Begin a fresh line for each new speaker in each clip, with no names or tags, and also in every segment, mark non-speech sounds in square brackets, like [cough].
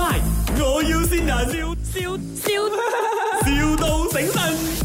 我要先人，笑笑笑，,笑到醒神。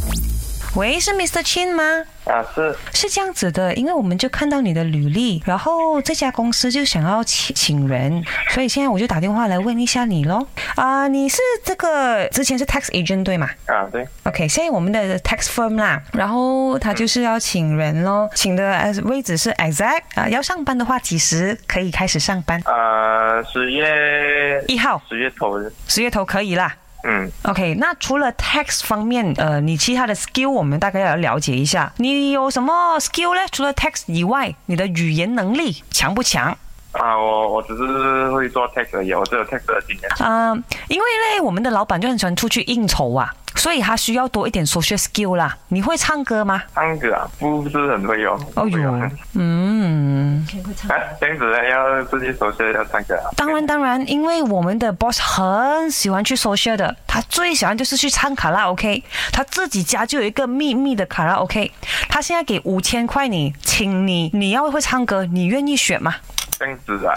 喂，是 Mr. Chin 吗？
啊，是
是这样子的，因为我们就看到你的履历，然后这家公司就想要请请人，所以现在我就打电话来问一下你咯。啊、你是这个之前是 tax agent 对吗
啊，对，
？OK，现在我们的 tax firm 啦，然后他就是要请人咯，请的呃位置是 exact 啊、要上班的话几时可以开始上班？
啊，十月
一号
十月头，
十月头可以啦。
嗯，
OK，那除了 tax 方面，呃，你其他的 skill 我们大概要了解一下。你有什么 skill 呢？除了 tax 以外，你的语言能力强不强？
啊，我我只是会做 tax 而已，我只有 tax 的经验。
啊、因为呢，我们的老板就很喜欢出去应酬啊，所以他需要多一点 social skill 啦。你会唱歌吗？
唱歌啊，不是很会哦。
哦
不会
哟
哦，
嗯，
啊， [laughs] 这样子要自己首先要唱歌啊。
当然当然，因为我们的 boss 很喜欢去 social 的，他最喜欢就是去唱卡拉 OK，他自己家就有一个秘密的卡拉 OK，他现在给五千块你，请你，你要会唱歌，你愿意选吗？
这样子啊，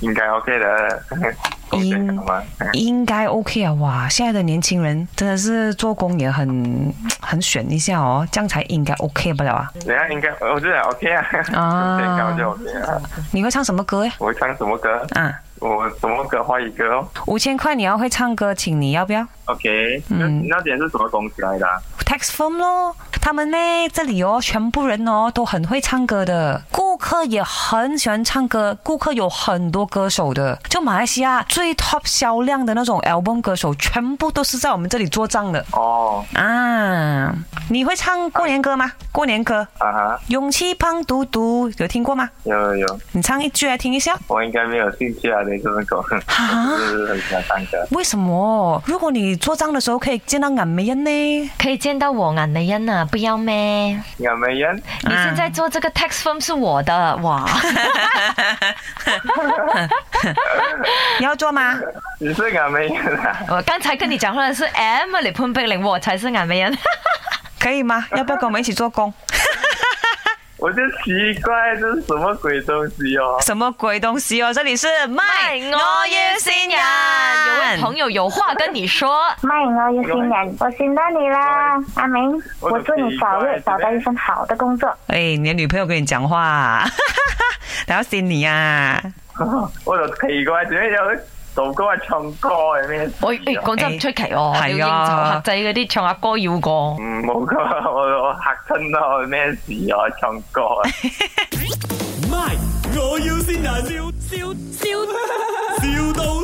应该 OK 的。
嗯
贡献好吗？
应该 OK 啊！哇，现在的年轻人真的是做工也很很选一下哦，这样才应该 OK 不了啊。
人家应该，我觉得 OK 啊，
啊
健康就 OK 啊。
你会唱什么歌呀？
我会唱什么歌？
啊，
我什么歌华语歌哦。
五千块你要会唱歌，请你要不要
OK，那
嗯
那点是什么公司来的啊？
？Tax firm 咯，他们呢这里哦，全部人哦都很会唱歌的，顾客也很喜欢唱歌，顾客有很多歌手的，就马来西亚最 top 销量的那种 album 歌手，全部都是在我们这里做账的
哦，
啊。你会唱过年歌吗？过年歌。
啊哈，
勇气胖嘟嘟有听过吗？
有有有，
你唱一句来听一下。
我应该没有兴趣啊，对这份 [laughs] 工，
啊
我只是很喜欢唱歌。
为什么？如果你做账的时候可以见到俺梅恩呢？
可以见到我眼美恩啊，不要咩？
嗯
有没人？
你现在做这个 tax firm 是我的
[laughs]
哇，
你要做吗？
你是有没人啊？ [laughs]
我刚才跟你讲话的是 Emily 潘碧玲，我才是眼美恩。
可以吗？要不要跟我们一起做工？
我就奇怪，这是什么鬼东西哦？ [laughs]
什么鬼东西哦？这里是卖新
有位朋友有话跟你
[laughs]
说。
卖我有新人，我寻到你啦，阿明，
我
我祝你早日找到一份好的工作。
哎，你的女朋友跟你讲话， [laughs] 她要信你啊！
我就奇怪，點解有道哥係唱歌嘅咩事啊？
我誒講真唔出奇哦，
係啊
要應酬客仔嗰啲唱下歌要過。
唔冇噶，嗯我 [laughs] 我嚇親啦，我咩事啊？我唱歌啊！
咪，我要先人，笑笑笑，,笑到